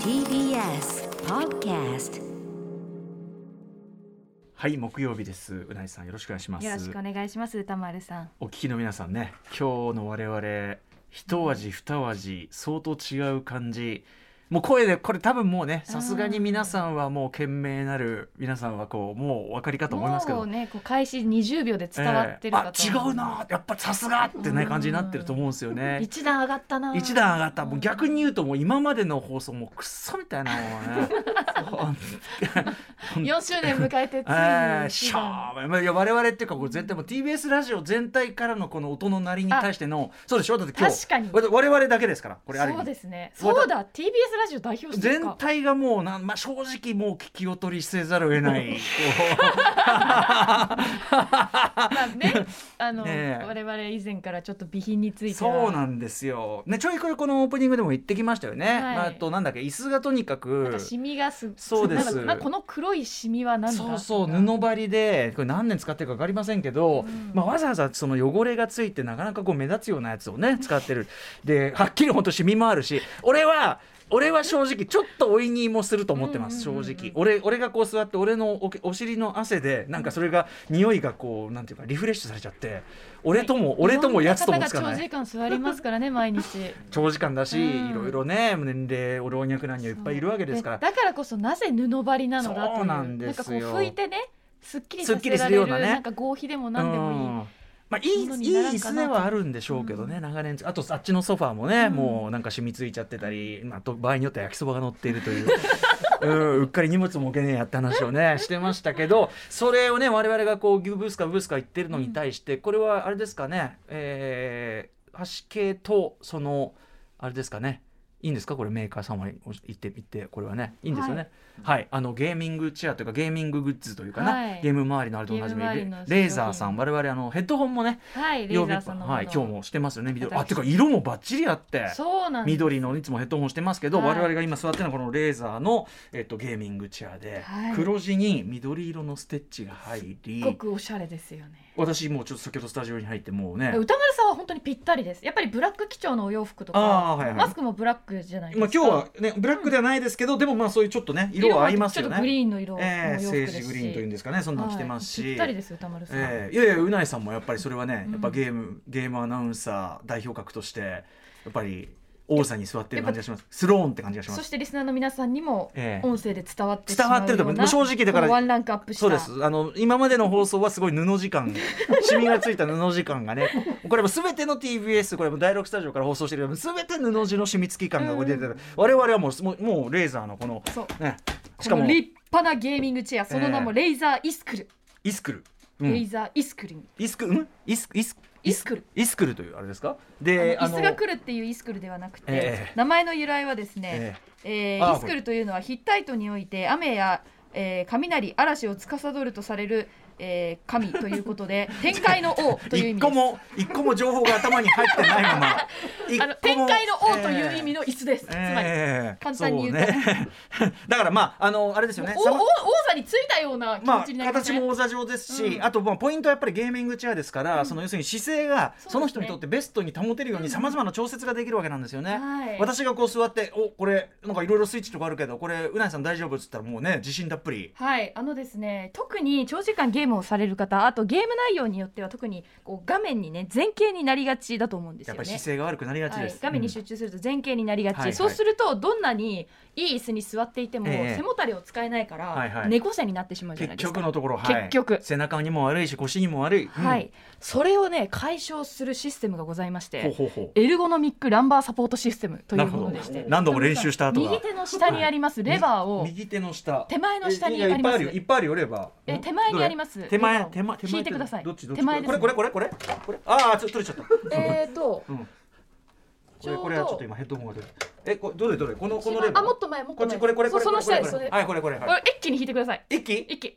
TBS Podcast はい木曜日ですうなぎさんよろしくお願いしますよろしくお願いします歌丸さんお聞きの皆さんね今日の我々一味二味相当違う感じもう声でこれ多分もうねさすがに皆さんはもう懸命なる皆さんはこうもうお分かりかと思いますけもどうねこう開始20秒で伝わってるかとええあ違うなやっぱさすがってね感じになってると思うんですよね一段上がったな一段上がったもう逆に言うともう今までの放送もうクソみたいなもんね ほん4周年迎えてついえーにし一ょ段ーまあいや我々っていうかこれ絶対もう TBS ラジオ全体からのこの音の鳴りに対してのそうでしょだって今日確かに我々だけですからこれある意そう味ですねそうだ TBS ラジオ代表してる全か体がもうなん、まあ、正直もう聞き劣りせざるを得ないこまあねあの ねえ我々以前からちょっと備品についうてそうなはんですよ、ね、ちょいこれこのオープニングでも言ってきましたよね、はいまあ、あとなんだっけ椅子がとにかなんくかシミがすそうですなんかなんかこの黒いシミは何だそうそうとか布張りでこれ何年使ってるか分かりませんけど、うんまあ、わざわざその汚れがついてなかなかこう目立つようなやつをね使ってるではっきり本当シミもあるし俺は俺は正直ちょっとおいにもすると思ってますうんうん正うんうん直俺俺がこう座って俺のおけお尻の汗でなんかそれが匂いがこうなんていうかリフレッシュされちゃって俺とも俺ともやつともつかいろんなな方が長時い間座りますからね毎日長時間だしうんいろいろね年齢老若男女いっぱいいるわけですからでだからこそなぜ布張りなのだというそうなんですよなんかこう拭いてねすっきりすさっきりせすらるれようるなねなんか合皮でも何でもいいうんまあ、いいものいにいならんか椅子でなとはあるんでしょうけどね、長年あとあっちのソファーもね、うんもうなんか染みついちゃってたり、まあ、と場合によっては焼きそばが乗っているという。 うん、うっかり荷物も置けねえやって話を ねしてましたけどそれをね我々がこうブースかブースか言ってるのに対してこれはあれですかねえー、橋系とそのあれですかねいいんですかこれメーカーさんは言って言ってこれはねいいんですよねはい、あのゲーミングチェアというかゲーミンググッズというかな、はいゲーム周りのあれと同じみゲームレ周りのレーザーさん商我品々あのヘッドホンもねはいレーザーさんのものはい、今日もしてますよね緑あ私てか色もバッチリあってそうなんです緑のいつもヘッドホンしてますけど、はい我々が今座ってるのはこのレーザーの、えっと、ゲーミングチェアで、はい黒地に緑色のステッチが入りすごくおしゃれですよね私もうちょっと先ほどスタジオに入ってもうね歌丸さんは本当にぴったりですやっぱりブラック基調のお洋服とか、あーはいはいマスクもブラックじゃないですまかあ、今日はねブラックではないですけど、でもまあそういうちょっとね色は合いますよちょっとグね。リーンの色のお洋え服えですし、政治グリーンというんですかねそんなの着てますし、はいぴったりです歌丸さん、ええいやいやうないさんもやっぱりそれはね、うんやっぱゲームゲームアナウンサー代表格としてやっぱり王座に座ってる感じがしますスローンって感じがしまそすしてリスナーの皆さんにもええ音声で伝わってし伝わまっうてるよと思ううな正直だからこのワンランクアップしたそうですあの今までの放送はすごい布時間シミがついた布時間がね これも全ての TBS これも第6スタジオから放送してるけど全て布地の染み付き感がこれ出てる、我々はもうもうもうレーザーのこのそうねししかかもも立派なゲーミングチェアその名もレイザーイスクル、イスクル、うレイん、ザーイスクルイスクうんイスイスイスクルイスクルというあれですかあので椅子が来るっていうイスクルではなくて、ええ名前の由来はですね、えええーああイスクルというのはヒッタイトにおいて雨や、えー雷嵐を司るとされる、えー神というこ とで天界の王という意一味個ですも一個も情報が頭に入ってないまま一 あの個も天界の王という意味の椅子です、つまり、ええ簡単に言うとそね だからまああのあれですよねおさおま王座についたような気ま持あちになります形ね、も大座上ですし、うんあとまあポイントはやっぱりゲーミングチェアですから、その要するに姿勢がすねその人にとってベストに保てるようにさまざまな調節ができるわけなんですよね。はい私がこう座っておこれなんかいろいろスイッチとかあるけどこれうないさん大丈夫っつったらもうね自信たっぷり。はい、あのですね、特に長時間ゲームをされる方、あとゲーム内容によっては特にこう画面にね前傾になりがちだと思うんですやよっぱりね姿。勢が悪くなりがちはでいす。、画面にうん集中すると前傾になりがち、はいはいそうするとどんなにいい椅子に座っていてもええ背もたれを使えないから、はいはい猫背になってしまうじゃな結いです局か。のところ、はい結局背中にも悪いし腰にも悪い。うんはい、それをね解消するシステムがございまして、ほうほうほう。エルゴノミックランバーサポートシステムといなうるほものどでして、。何度も練習した後が右手の下にありますレバーを右右手の下。手前の下にえいやありまいっぱいあするよ。いっぱいあるよレバー。え手前にありますどれ手前レバーを手前手前引いてくださいどっちどっち手前ですこれこれこれこれこれああちょっと取れちゃった。えーと、うんこちょうれどこれはちょっと今ヘッドホンが出る。えこれどれどれこのこのレバー。あもっと前もっことっち前これこれこれそその下ですこそれれこれはいこれこれこはい。れ一気に引いてください一気？一気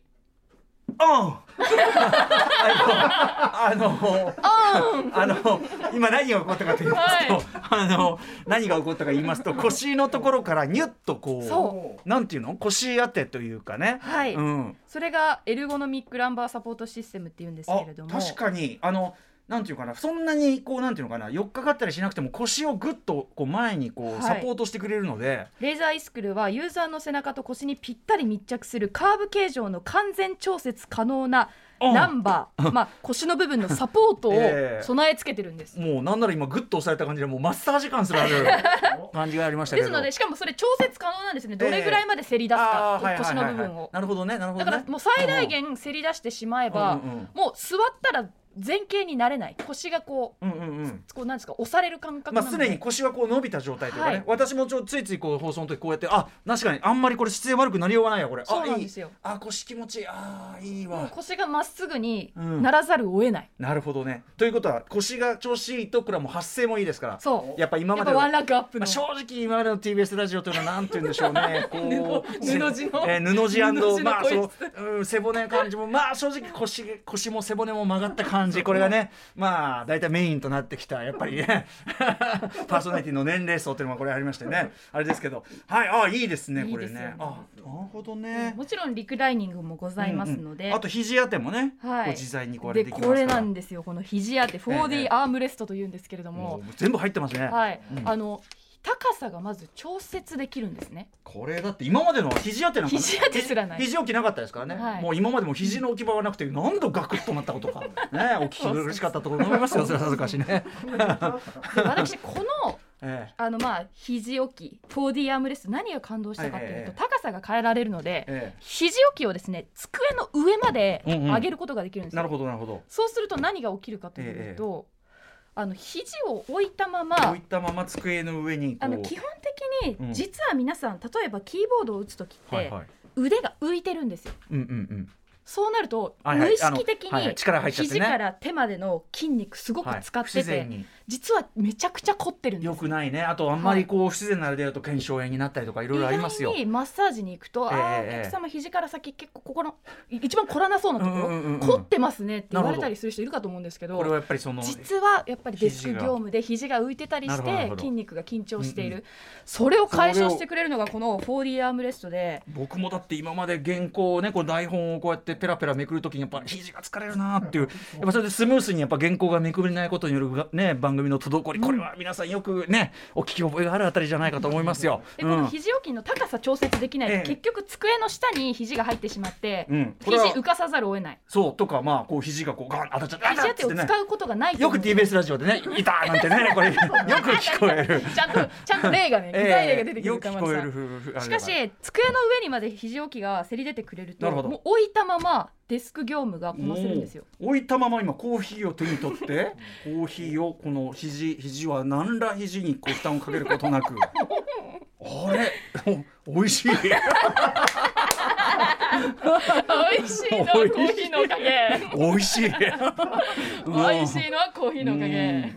ああ。あのああの今何が起こったかと言いますと、はいあの何が起こったか言いますと腰のところからニュッとこうそなんていうの腰当てというかね、はい、うん、それがエルゴノミックランバーサポートシステムっていうんですあけれども確かにあのなんていうかなそんなにこうなんていうのかな寄っかかったりしなくても腰をぐっとこう前にこはいうサポートしてくれるので、レーザーイスクルはユーザーの背中と腰にぴったり密着するカーブ形状の完全調節可能なうんナンバー、まあ、腰の部分のサポートえをえ備え付けてるんです。もうなんなら今グッと押された感じでもうマッサージ感すらある 感じがありましたけでどすのでしかもそれ調節可能なんですねどれぐらいまでせり出すあかー、はいはい腰のはい部はい分を。なるほどねなるほだどかねらもう最大限せり出してしまえば、うんうんもう座ったら前傾になれない腰がこうんうんうんうこうなんですか押される感覚まなあ、の常に腰はこう伸びた状態というかね、はい私もちょついついこう放送の時こうやってあ確かにあんまりこれ姿勢悪くなりようがないやこれそうなあんいいですよあ腰気持ちいいあーいいもうわ腰がまっすぐにうんならざるを得ない、なるほどねということは腰が調子いいとこれはもう発声もいいですからそうやっぱ今まやでっぱのワンランクアップまのあ、正直今までの TBS ラジオというのはなんて言うんでしょうね こう布布地のえー布地布地のまあこそいの、うん、背骨の感じもまあ正直腰腰も背骨も曲がった感じこれがねまあ大体メインとなってきたやっぱりね パーソナリティの年齢層というのがこれありましてねあれですけどはいあいいですねこれいいですよねねあなるほどねもちろんリクライニングもございますので、うんうんあと肘当てもね、はこいう自在にこうあれでできますこかられなんですよこの肘当てえ 4D えアームレストというんですけれどもも、う全部入ってますね、はい、うんあの高さがまず調節できるんですねこれだって今までの肘当てなんか肘当てすらない肘置きなかったですからね、はいもう今までも肘の置き場がなくて何度ガクッとなったこと かねお聞き苦しかったと思いますよそれは恥ずかしいね、で私このええあのまあ肘置き 4D アームレスト何が感動したかっていうと、ええ高さが変えられるので、え肘置きをですね机の上まで上げることができるんですえよ、なるほどなるほどそうすると何が起きるかというと、あの肘を置いたまま置いたまま机の上にこうあの基本的うんに実は皆さん、例えばキーボードを打つ時って、はいはい腕が浮いてるんですようんうんうんそうなると、はいはい無意識的に、あのはいはい力入っちゃってね肘から手までの筋肉すごくはい使っ不て自て、然に実はめちゃくちゃ凝ってるんですよくないねあとあんまりこう不自然なあれでやると腱鞘炎になったりとかいろいろありますよ意外にマッサージに行くと、ああええええお客様肘から先結構ここのい一番凝らなそうなところ、うんうんうんうん凝ってますねって言われたりする人いるかと思うんですけどこれはやっぱりその実はやっぱりデスク業務で肘が浮いてたりなしるほどなるてほど筋肉が緊張している、うんそれを解消してくれるのがこの 4D アームレストで僕もだって今まで原稿をねこう台本をこうやってペラペラめくるときにやっぱ肘が疲れるなーっていうやっぱそれでスムースにやっぱ原稿がめくれないことによるがね番組の滞りこれは皆さんよくねお聞き覚えがあるあたりじゃないかと思いますよ。でうこのん肘置きの高さ調節できないと、ええ結局机の下に肘が入ってしまって、うんこ肘れは浮かさざるを得ないそうとかまあこう肘がこうガン当たっちゃってあ肘たっ当つてっをてね使うことがないとよ思くう TBS ラジオでね「いた!」なんてねこれよく聞こえ る。ちゃんとちゃんと 例がね具体例が出てくるよく歌聞丸こさえんるふふふあれだからしかし机の上にまで肘置きがせり出てくれるとなるほどもう置いたままデスク業務がこなせるんですよ。おー置いたまま今コーヒーを手に取って コーヒーをこの肘肘は何ら肘にこう負担をかけること なくあれ お美味しい美味しいのはコーヒーのおかげ。美味し い美味しいのはコーヒーのおかうんげ。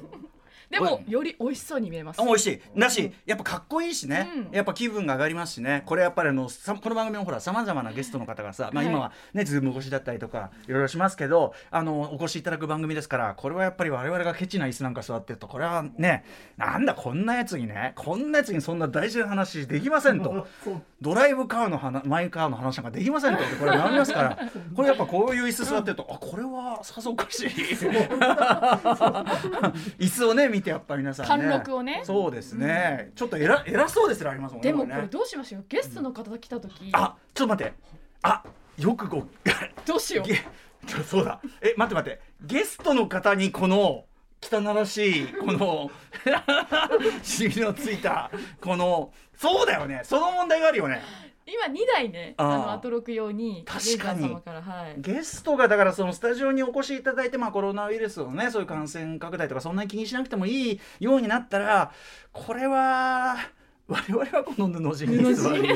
でもより美味しそうに見えますあ。美味しいだしやっぱかっこいいしね、うんやっぱ気分が上がりますしねこれやっぱりあのさこの番組もほらさまざまなゲストの方がさ、まあ、はい今はね、ズーム越しだったりとかいろいろしますけどあのお越しいただく番組ですからこれはやっぱり我々がケチな椅子なんか座ってるとこれはねなんだこんなやつにねこんなやつにそんな大事な話できませんとドライブカーの話マイカーの話なんかできませんとこれなります からこれやっぱこういう椅子座ってるとあこれはさぞか しい椅子をね見てやっぱ皆さんね貫禄をねそうですね、ちょっと偉偉そうですねありますもんねでもここれれねどうしましょう。ゲストの方が来た時あちょっと待ってあよくこうどうしよう。げちょそうだえ待って待ってゲストの方にこの汚らしいこの 染みのついたこのそうだよねその問題があるよね今2台ねああーのアトロク用にレ確ーザかにー様からはい。ゲストがだからそのスタジオにお越しいただいて、まあ、コロナウイルスのねそういう感染拡大とかそんなに気にしなくてもいいようになったらこれは我々はこの布地に座り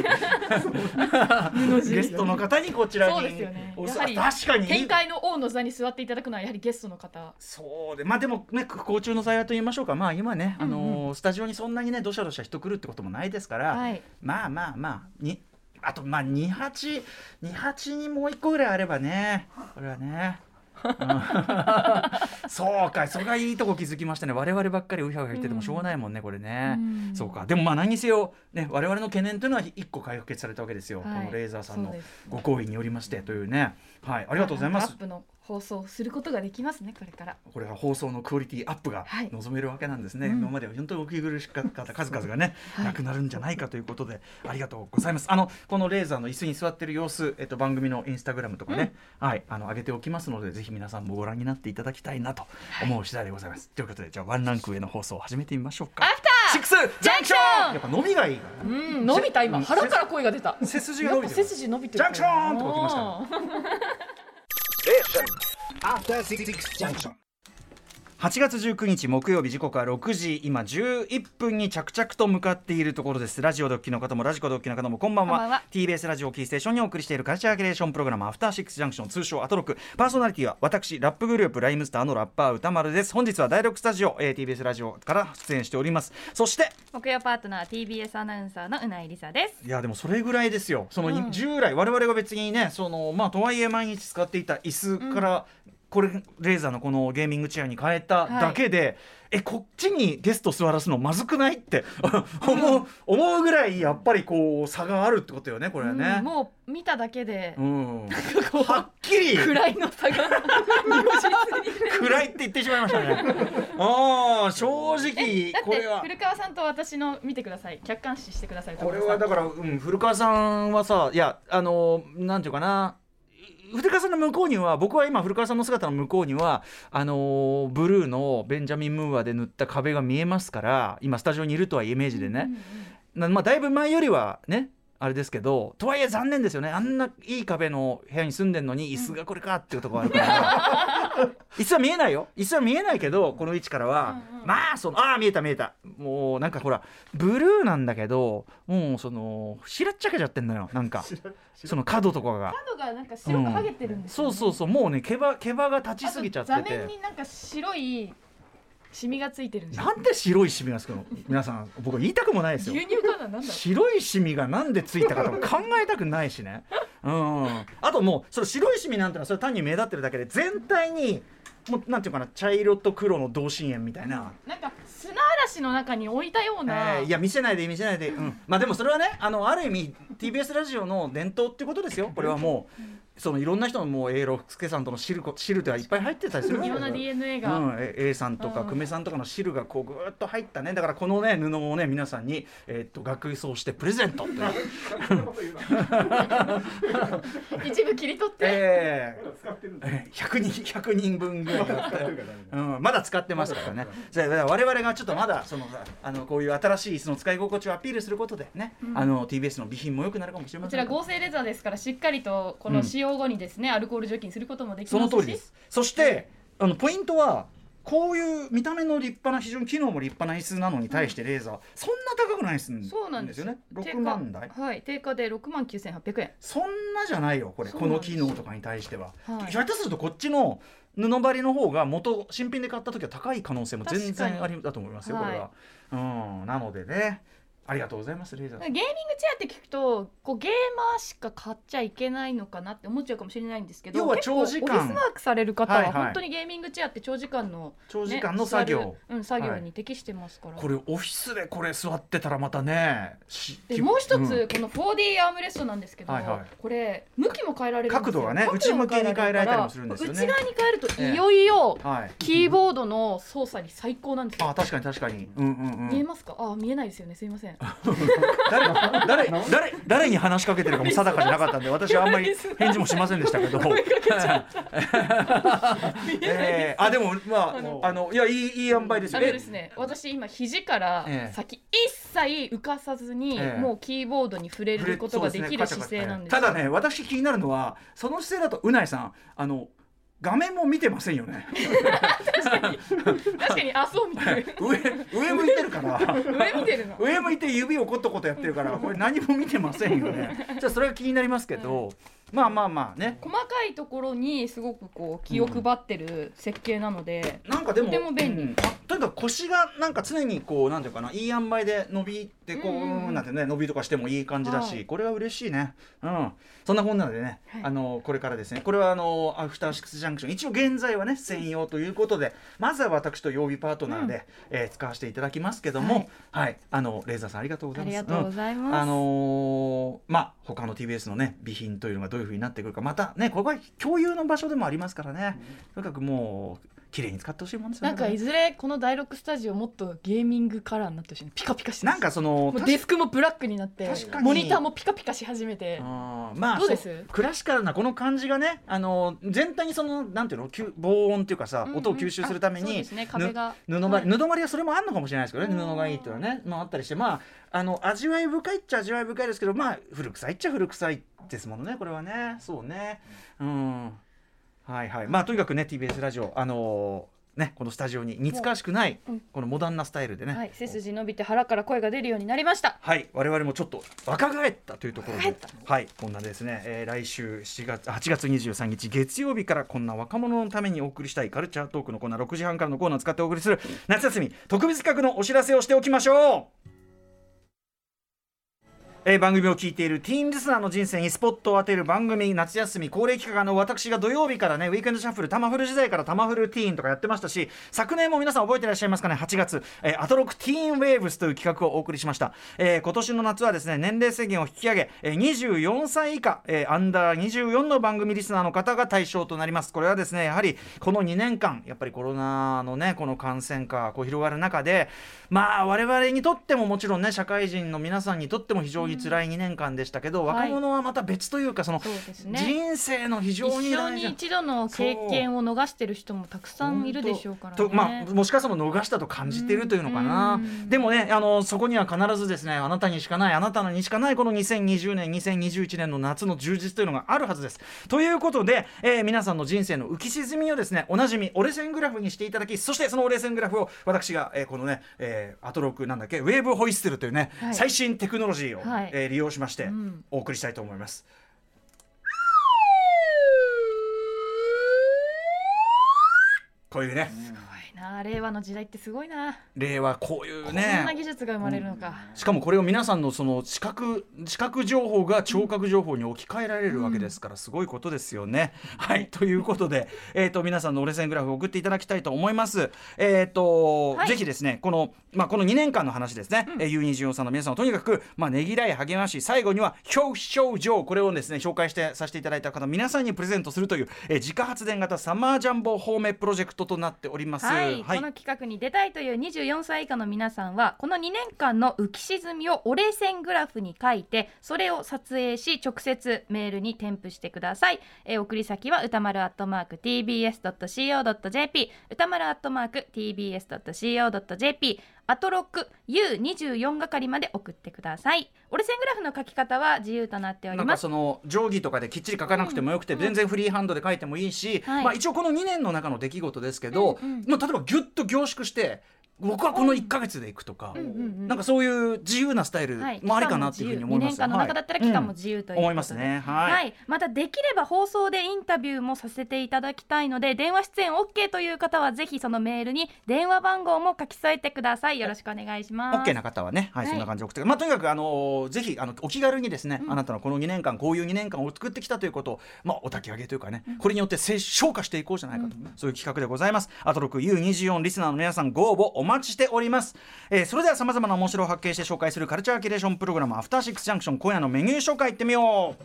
布地ゲストの方にこちらにそうですよねおや座はり確かに展開の王の座に座っていただくのはやはりゲストの方。そうでまあでもね不幸中の幸いと言いましょうかまあ今ね、あうのースタジオにそんなにねどしゃどしゃ人来るってこともないですから、はいまあまあまあにあとまあ2828にもう一個ぐらいあればねこれはね。うん そうかそれがいいとこ気づきましたね我々ばっかりうひゃうひゃ言っててもしょうがないもんねこれね、うんそうかでもまあ何にせよ、ね、我々の懸念というのは一個解決されたわけですよ、はいこのレーザーさんのそうですご好意によりましてというねはいありがとうございまラすップの放送することができますねこれから。これは放送のクオリティアップがはい望めるわけなんですね、うん今までは本当にお聞き苦しかった数々がね、 はいなくなるんじゃないかということでありがとうございますあのこのレーザーの椅子に座ってる様子、えっと、番組のインスタグラムとかね、はい、あの上げておきますのでぜひ皆さんもご覧になっていただきたいなと思う次第でございます、ということでじゃあワンランク上の放送を始めてみましょうかアフターシックスジャンクションやっぱ伸びがいいからねうん、伸びた今、せ腹から声が出た。背筋がや伸っびぱて背る筋伸びジてる。ャンクションとか来ましたねあー After Six Junction. 8月19日木曜日時刻は6時今11分に着々と向かっているところですラジオドッキの方もラジコドッキの方もこんばんはこんばんは TBS ラジオキーステーションにお送りしているカルチャーキュレーションプログラムアフターシックスジャンクション通称アトロックパーソナリティは私ラップグループライムスターのラッパー歌丸です本日は第6スタジオ、えー TBS ラジオから出演しておりますそして木曜パートナー TBS アナウンサーのうないりさです。いやでもそれぐらいですよその、うん従来我々が別にねそのまあとはいえ毎日使っていた椅子から、これレーザーのこのゲーミングチェアに変えただけで、えこっちにゲスト座らすのまずくないって 思う、思うぐらいやっぱりこう差があるってことよねこれはうんね。もう見ただけでうん、はっきり暗いの差が。暗いって言ってしまいましたね。 ああ正直だっこれはて 古川さんと私の見てください客観視してくださいこれはだから、うん、古川さんはさいやあのなんていうかな古川さんの向こうには僕は今古川さんの姿の向こうにはあのブルーのベンジャミン・ムーアで塗った壁が見えますから今スタジオにいるとはイメージでね、なまあ、だいぶ前よりはねあれですけどとはいえ残念ですよねあんないい壁の部屋に住んでるのに椅子がこれかっていうところあるから、 椅子は見えないよ椅子は見えないけどこの位置からは、うんうんまあそのああ見えた見えたもうなんかほらブルーなんだけどもうそのしらっちゃけちゃってんのよ なんかその角とかが角がなんか白く剥げてるんですそうそうそうもうね毛羽毛羽が立ちすぎちゃってあと座面てになんか白いシミがついてるんですよなんで白いシミがつくの皆さん僕は言いたくもないですよ牛乳かな、なんだ。白いシミがなんでついたかとか考えたくないしね。うん、あともうその白いシミなんてのはそれ単に目立ってるだけで全体にもうなんていうかな茶色と黒の同心円みたいな、なんか砂嵐の中に置いたような、えーいや見せないでいい見せないで、うん、まあでもそれはねあのある意味 TBS ラジオの伝統っていうことですよこれはもうそのいろんな人のもう A 六輔さんとの汁こ汁ではいっぱい入ってたりするわいけだろんからな DNA が、うん、え A さんとかうん久米さんとかの汁がこうぐーっと入ったねだからこのね布をね皆さんに、えーっと学位してプレゼントという一部切り取って、ええ100人100人分ぐらいだったようん、まだ使ってますからね。じゃあ我々がちょっとまだそのあのこういう新しい椅子の使い心地をアピールすることでね、あの TBS の備品も良くなるかもしれまこせちんね。ら合成レザーですからしっかりとこの使用後にですね、アルコール除菌することもできますしその通りです。そしてあのポイントは。こういう見た目の立派な非常に機能も立派な椅子なのに対してレーザー、そんな高くないですんそうなんですよね定6価万台はい定価で6万9800円そんなじゃないよこれそうこなんのです機よ能とかに対しては、はいひょっとするとこっちの布張りの方が元新品で買った時は高い可能性も全確か然にありだと思いますよこれは、うんなのでねありがとうございますレイザーゲさーミングチェアって聞くとこうゲーマーしか買っちゃいけないのかなって思っちゃうかもしれないんですけど要は結構長時間オフィスワークされる方ははいはい本当にゲーミングチェアって長時間の、ね長時間の作業、座るうん、作業はに適してますから、んこれオフィスでこれ座ってたらまたねしでもう一つ、んこの 4D アームレストなんですけど、はいはいこれ向きも変えられるんですよ角度がねも内向きに変えられたりもするんですよね内側に変えるといよいよはいキーボードの操作に最高なんですよ、あ確かに確かに、うんうんう見えん、ますかあ見えないですよねすいません誰 誰誰誰に話しかけてるかも定かじゃなかったんで私はあん まり返事もしませんでしたけど えーあでもまああのいやいいいい塩梅ですあよれですね、私今肘からええ先一切浮かさずに、ええもうキーボードに触れることができる姿勢なんですよただね私気になるのはその姿勢だとうないさんあの画面も見てませんよね 確かにあそうみたいな上上向いてるから 上見てるの上向いて指をコトコトやってるからこれ何も見てませんよねじゃあそれが気になりますけど、まあまあまあね細かいところにすごくこう気を配ってる設計なので、なんかでもとても便利うんあとにかく腰がなんか常にこうなんていうかないい塩梅で伸びてこう,、うんうんうんなんてね伸びとかしてもいい感じだし、はいこれは嬉しいねうんそんなこんなのでね、はいあのこれからですねこれはあのアフターシックスジャンクション一応現在はね専用ということでまずは私と曜日パートナーで、えー使わせていただきますけどもはい、あのレーザーさんありがとうござあいまりすがとうございうんあます、のーまあ他の TBS のね備品というのがどういうふうになってくるかまたねここは共有の場所でもありますからね、とにかくもう綺麗に使ってほしいもんですよねなんかいずれこの第6スタジオもっとゲーミングカラーになってほしいねピカピカしてなんかそのもう確デスクもブラックになって確かにモニターもピカピカし始めてあーまあどうですそクラシカルなこの感じがねあの全体にそのなんていうの吸防音っていうかさ、うんうん音を吸収するためあそうにですね壁が布張り、布張りはそれもあんのかもしれないですけどねあー布がいいっていうのはね、まあ、あったりしてまああの味わい深いっちゃ味わい深いですけどまあ古臭いっちゃ古臭いですものねこれはねそうねうんはいはいまあとにかくね TBS ラジオあのーねこのスタジオに似つかわしくないうんこのモダンなスタイルでね、はい、背筋伸びて腹から声が出るようになりましたはい、我々もちょっと若返ったというところ若で返っ、はい、こんなですね、えー来週7月8月23日月曜日からこんな若者のためにお送りしたいカルチャートークのコーナー6時半からのコーナーを使ってお送りする夏休み特別企画のお知らせをしておきましょう。えー番組を聞いているティーンリスナーの人生にスポットを当てる番組夏休み恒例企画あの私が土曜日からねウィークエンドシャッフルタマフル時代からタマフルティーンとかやってましたし昨年も皆さん覚えてらっしゃいますかね8月、えーアトロクティーンウェーブスという企画をお送りしました、えー今年の夏はですね年齢制限を引き上げ、えー24歳以下、えーアンダー24の番組リスナーの方が対象となりますこれはですねやはりこの2年間やっぱりコロナのねこの感染がこう広がる中でまあ我々にとってももちろんね社会人の皆さんにとっても非常に辛い2年間でしたけど、はい若者はまた別というかそのそうですね人生の非一常に生大に事な一度の経験を逃してる人もたくさんいるでしょうからねとまあ、もしかしたら逃したと感じているというのかなうんでもねあのそこには必ずですねあなたにしかないあなたにしかないこの2020年2021年の夏の充実というのがあるはずです。ということで、えー皆さんの人生の浮き沈みをですねおなじみ折れ線グラフにしていただきそしてその折れ線グラフを私が、えーこのね、えーアトロックなんだっけウェーブホイッスルというね、はい最新テクノロジーを、はいえー利用しまして、んお送りしたいと思います。こういうね、すごいな令和の時代ってすごいな、令和こういうこんなね技術が生まれるのか、しかもこれを皆さんのその視覚視覚情報が聴覚情報に置き換えられるわけですからすごいことですよね。 はいということで、えー、と皆さんの折れ線グラフを送っていただきたいと思います。えーとはいぜひですねこの,、まあ、この2年間の話ですね、えー U24 さんの皆さんをとにかく、まあ、ねぎらい励まし最後には表彰状これをですね紹介してさせていただいた方皆さんにプレゼントするという、えー自家発電型サマージャンボホーメプロジェクトとなっております。はい、この企画に出たいという24歳以下の皆さんはこの2年間の浮き沈みを折れ線グラフに書いてそれを撮影し直接メールに添付してください、えー送り先は歌丸アットマーク tbs.co.jp 歌丸アットマーク tbs.co.jp アトロック U24 係まで送ってください折れ線グラフの書き方は自由となっておなりんまかすその定規とかできっちり書かなくてもよくて、全然フリーハンドで書いてもいいし、はいまあ、一応この2年の中の出来事ですけど、うんうんまあ、例えばギュッと凝縮して僕はこの1か月でいくとか、うんうんなんかそういう自由なスタイルもはいありかなっていうふうに思います、期間も自由2年間の中だったら期間もはい自由といううんことで、思いますねはい、はい、またできれば放送でインタビューもさせていただきたいので電話出演 OK という方はぜひそのメールに電話番号も書き添えてくださいよろしくお願いします OK な方はね、はいはいそんな感じで送って、まあ、とにかく、あのーぜひあのお気軽にですね、あなたのこの2年間こういう2年間を作ってきたということを、まあ、お焚き上げというかね、これによってせ消化していこうじゃないかと、そういう企画でございますアトロク U24 リスナーの皆さんご応募お待ちしております、えーそれではさまざまな面白を発見して紹介するカルチャーキュレーションプログラム「アフターシックスジャンクション」今夜のメニュー紹介いってみよう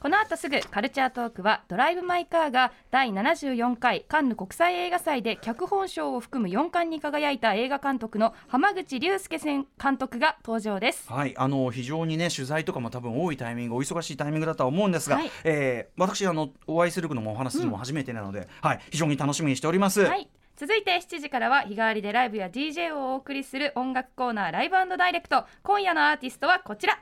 この後すぐカルチャートークはドライブ・マイ・カーが第74回カンヌ国際映画祭で脚本賞を含む4冠に輝いた映画監督の濱口竜介監督が登場ですはい、あの非常にね取材とかも多分多いタイミングお忙しいタイミングだとは思うんですが、はいえー私あのお会いするのもお話するのも初めてなので、はい、非常に楽しみにしております。はい。続いて7時からは日替わりでライブや DJ をお送りする音楽コーナーライブダイレクト今夜のアーティストはこちら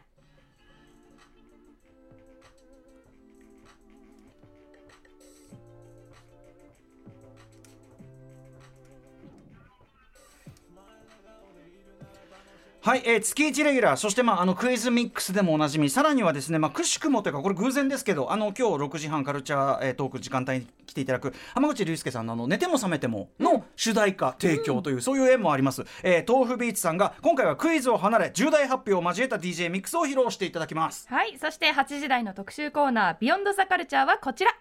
はい、えー月1レギュラー、そして、まあ、あのクイズミックスでもおなじみ、さらにはですね、まあ、くしくもというか、これ偶然ですけど、あの今日6時半カルチャー、えートーク時間帯に来ていただく浜口竜介さんのあの寝ても覚めてもの主題歌提供という、そういう縁もあります、えー、豆腐ビーツさんが今回はクイズを離れ、重大発表を交えた DJ ミックスを披露していただきます。はいそして8時台の特集コーナー「ビヨンドザカルチャーはこちら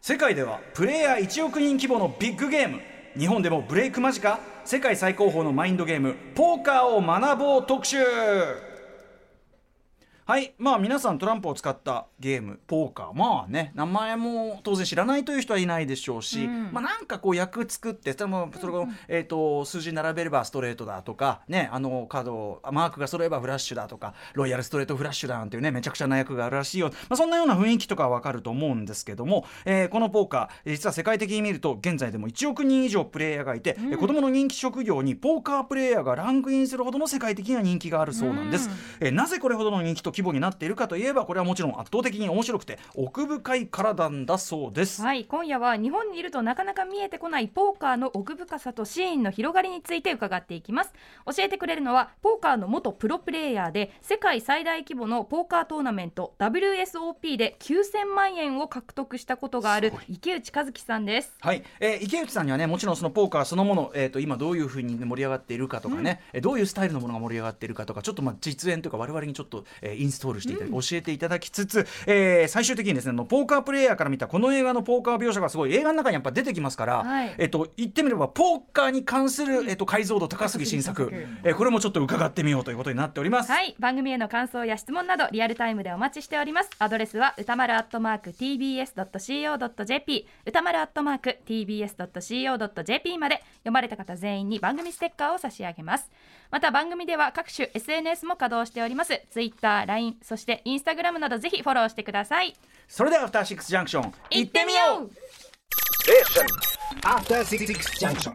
世界ではプレイヤー1億人規模のビッグゲーム、日本でもブレイク間近、世界最高峰のマインドゲーム、ポーカーを学ぼう特集。はいまあ皆さんトランプを使ったゲームポーカーまあね名前も当然知らないという人はいないでしょうし、うんまあなんかこう役作ってそれもそれこそえーと数字並べればストレートだとかねあのカードをマークが揃えばフラッシュだとかロイヤルストレートフラッシュだなんていうねめちゃくちゃな役があるらしいよ、まあ、そんなような雰囲気とかはわかると思うんですけども、えーこのポーカー実は世界的に見ると現在でも1億人以上プレイヤーがいて、えー子どもの人気職業にポーカープレイヤーがランクインするほどの世界的な人気があるそうなんです。えーなぜこれほどの人気と規模になっているかといえばこれはもちろん圧倒的に面白くて奥深いからなんだそうです。はい、今夜は日本にいるとなかなか見えてこないポーカーの奥深さとシーンの広がりについて伺っていきます教えてくれるのはポーカーの元プロプレイヤーで世界最大規模のポーカートーナメント WSOP で9000万円を獲得したことがある池内和樹さんですはい、えー池内さんにはねもちろんそのポーカーそのもの、えー、と今どういうふうに盛り上がっているかとかね、えーどういうスタイルのものが盛り上がっているかとかちょっとまあ実演というか我々にちょっと、えーインストールしていただき、教えていただきつつ、えー最終的にですねあのポーカープレイヤーから見たこの映画のポーカー描写がすごい映画の中にやっぱ出てきますから、はいえっと言ってみればポーカーに関する、えっと解像度高杉新作、えーこれもちょっと伺ってみようということになっております。はい番組への感想や質問などリアルタイムでお待ちしておりますアドレスは歌丸アットマーク tbs.co.jp 歌丸アットマーク tbs.co.jp まで読まれた方全員に番組ステッカーを差し上げますまた番組では各種 SNS も稼働しておりますツイッター、LINE そして Instagram などぜひフォローしてくださいそれではアフターシックスジャンクション行ってみよう After Six Junction.